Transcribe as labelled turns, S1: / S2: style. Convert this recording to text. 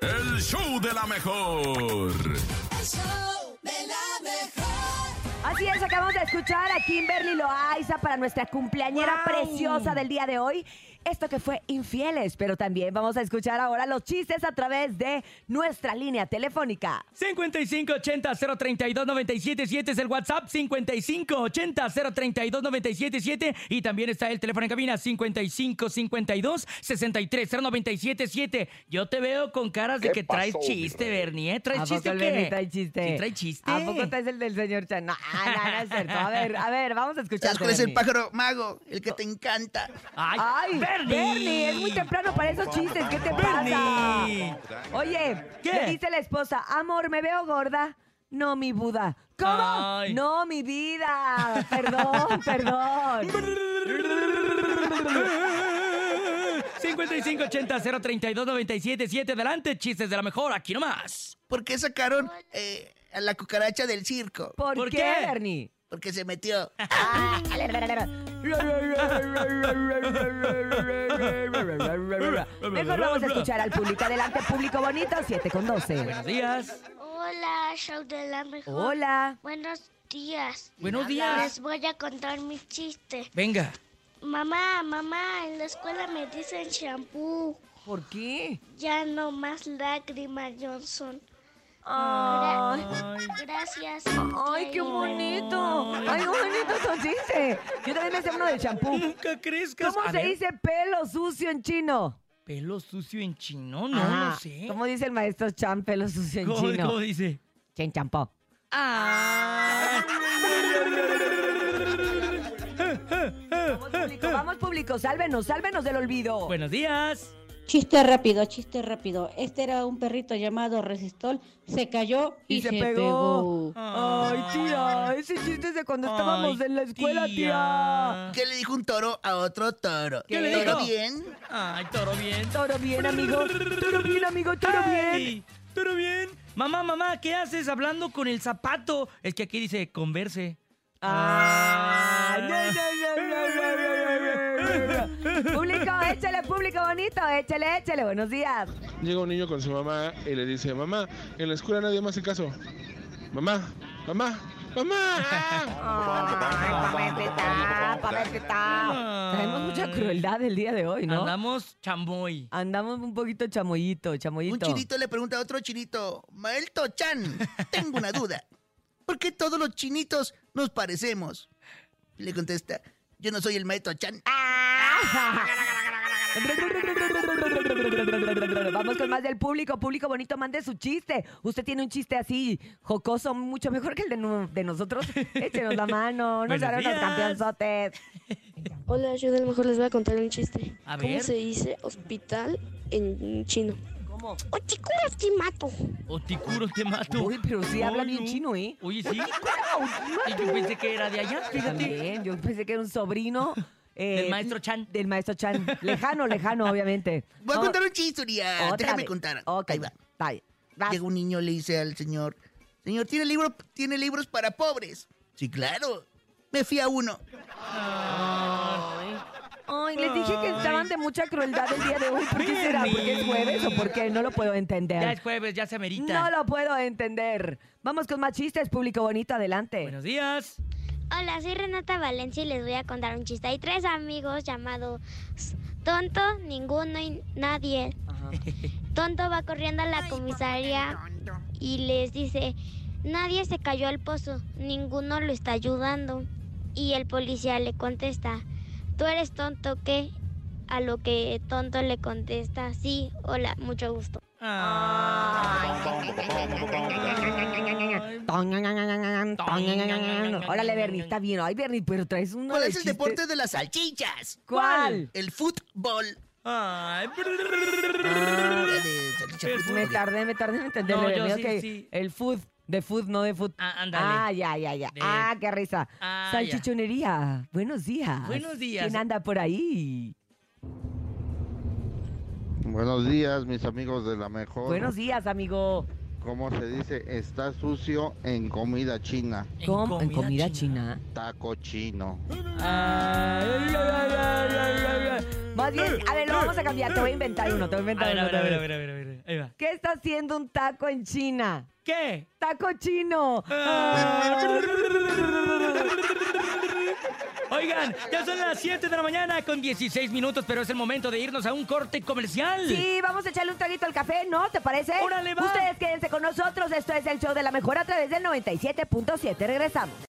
S1: El show de la mejor.
S2: Así es, acabamos de escuchar a Kimberly Loaiza para nuestra cumpleañera
S3: ¡Guau!
S2: preciosa del día de hoy. Esto que fue Infieles, pero también vamos a escuchar ahora los chistes a través de nuestra línea telefónica.
S4: 5580-032-977 es el WhatsApp, 5580-032-977 y también está el teléfono en cabina, 5552-630977. Yo te veo con caras de
S5: ¿Qué
S4: que traes
S5: pasó, mi
S4: chiste, Bernie, ¿eh?
S2: ¿A
S4: ¿Traes
S2: poco
S4: chiste o
S2: el
S4: qué?
S2: Benny trae chiste?
S4: Sí, trae chiste.
S2: ¿A poco traes el del señor Chan? No, no, no es cierto. A ver, a ver, vamos a escuchar.
S5: ¿Sabes cuál es el pájaro mago? El que te encanta.
S4: ¡Ay,
S2: Ay,
S4: Bernie!
S2: Bernie. es muy temprano para esos chistes. ¿Qué te pasa?
S4: Bernie.
S2: Oye,
S4: ¿Qué?
S2: le dice la esposa, amor, me veo gorda. No, mi Buda. ¿Cómo?
S4: Ay.
S2: No, mi vida. Perdón, perdón.
S4: 5580-032-977, adelante, chistes de la mejor, aquí nomás.
S5: ¿Por qué sacaron eh, a la cucaracha del circo?
S2: ¿Por,
S4: ¿Por
S2: qué,
S4: qué?
S2: Bernie?
S5: Porque se metió.
S2: Mejor vamos a escuchar al público. Adelante, público bonito, 7 con 12.
S4: Buenos días.
S6: Hola, show de la mejor.
S2: Hola.
S6: Buenos días.
S4: Buenos días.
S6: Les voy a contar mi chiste.
S4: Venga.
S6: Mamá, mamá, en la escuela me dicen shampoo.
S2: ¿Por qué?
S6: Ya no más lágrimas, Johnson.
S2: Ay,
S6: Gracias.
S2: ay, qué
S6: Clay.
S2: bonito. Ay, qué bonito son dice. Yo también me sé uno de champú.
S4: Nunca crezcas.
S2: ¿Cómo
S4: A
S2: se
S4: ver,
S2: dice pelo sucio en chino?
S4: Pelo sucio en chino, no
S2: Ajá.
S4: lo sé.
S2: ¿Cómo dice el maestro Chan pelo sucio en
S4: ¿Cómo- cómo
S2: chino?
S4: dice?
S2: Chen champó. Ah. Vamos público, vamos público, sálvenos, sálvenos del olvido.
S4: Buenos días.
S7: Chiste rápido, chiste rápido. Este era un perrito llamado Resistol, se cayó y, se, pegó.
S2: Ay, tía, ese chiste es de cuando estábamos
S4: Ah. Ay,
S2: en la escuela, tía.
S5: ¿Qué le dijo un toro a otro toro?
S4: ¿Qué le
S5: ¿Toro
S4: dijo?
S5: bien?
S4: Ay, toro bien.
S2: Toro bien, amigo. Toro bien, amigo, toro bien.
S4: Ay, Toro bien. Mamá, mamá, ¿qué haces hablando con el zapato? Es que aquí dice converse.
S2: Ah, no, no, no, no, no, no, no. Público, échale, público bonito, échale, échale, buenos días.
S8: Llega un niño con su mamá y le dice, mamá, en la escuela nadie me hace caso. Mamá, mamá, mamá.
S2: Ay, papá, está, papá, está. Tenemos mucha crueldad el día de hoy, ¿no?
S4: Andamos chamboy.
S2: Andamos un poquito chamoyito,
S5: Un
S2: chamoyito.
S5: chinito le pregunta a otro chinito, Maelto Chan, tengo una duda. ¿Por qué todos los chinitos nos parecemos? Y le contesta, yo no soy el Maelto Chan.
S2: Vamos con más del público. Público bonito, mande su chiste. Usted tiene un chiste así, jocoso, mucho mejor que el de, nu- de nosotros. Échenos la mano, no
S4: Buenos
S2: sean unos
S4: días.
S2: campeonzotes.
S9: Hola, yo del mejor les voy a contar un chiste.
S4: A
S9: ¿Cómo
S4: ver.
S9: se dice hospital en chino?
S2: ¿Cómo?
S6: Oye, ¿cómo te mato?
S4: O te curo, te mato.
S2: Uy, pero sí habla
S4: Ay,
S2: bien
S4: no.
S2: chino, ¿eh?
S4: Oye, sí. Y yo pensé que era de allá, fíjate.
S2: También, yo pensé que era un sobrino. eh,
S4: Del maestro Chan.
S2: Del maestro Chan. Lejano, lejano, obviamente.
S5: Voy a
S2: No,
S5: contar un chiste, Uriah.
S2: Oh. otra
S5: Déjame
S2: vez.
S5: contar.
S2: Ok,
S5: Ahí va.
S2: Bye. Vas.
S5: Llega un niño, le dice al señor, señor, ¿tiene, libro, ¿tiene libros para pobres? Sí, claro. Me fui a uno.
S2: Ay, les dije que estaban de mucha crueldad el día de hoy. ¿Por qué será? ¿Porque es jueves o porque no lo puedo
S4: Ya es
S2: entender?
S4: jueves, ya se amerita.
S2: No lo puedo entender. Vamos con más chistes, público bonito, adelante.
S4: Buenos días.
S6: Hola, soy Renata Valencia y les voy a contar un chiste. Hay tres amigos llamados Tonto, Ninguno y Nadie. Tonto va corriendo a la comisaría y les dice, nadie se cayó al pozo, ninguno lo está ayudando. Y el policía le contesta, ¿tú eres tonto qué? A lo que tonto le contesta, sí, hola, mucho gusto.
S2: Órale, Bernie, está bien. Ay, Bernie, pero traes uno
S5: ¿Cuál
S2: de
S5: es el
S2: chistes-
S5: deporte de las salchichas?
S2: ¿Cuál?
S5: El fútbol.
S4: Ay,
S5: Ah, de salchicha,
S4: el
S5: fútbol.
S2: pues, Me tardé, me tardé en entenderlo.
S4: No,
S2: Bernie,
S4: yo sí,
S2: ok.
S4: sí.
S2: El food, de food, no de food.
S4: Ah, ándale.
S2: Ah, ya, ya, ya.
S4: De-
S2: Ah, qué risa.
S4: Ah, ya.
S2: Salchichonería, buenos días.
S4: Buenos días.
S2: ¿Quién anda por ahí?
S10: Buenos días, mis amigos de la mejor.
S2: Buenos días, amigo.
S10: ¿Cómo se dice? Está sucio en comida china.
S2: Com- en comida china.
S10: Taco chino.
S2: Más bien, a ver, lo vamos a cambiar. Te voy a inventar uno, te voy a
S4: A
S2: inventar
S4: ver,
S2: uno.
S4: a ver,
S2: te
S4: a
S2: voy
S4: ver,
S2: a-
S4: a ver, a ver, a ver. ver, ahí va.
S2: ¿Qué está haciendo un taco en China?
S4: ¿Qué?
S2: ¡Taco chino!
S4: Ah. Oigan, ya son las 7 de la mañana con 16 minutos, pero es el momento de irnos a un corte comercial.
S2: Sí, vamos a echarle un traguito al café, ¿no? ¿Te parece?
S4: Órale, va.
S2: Ustedes quédense con nosotros. Esto es el show de la mejor a través del 97.7. Regresamos.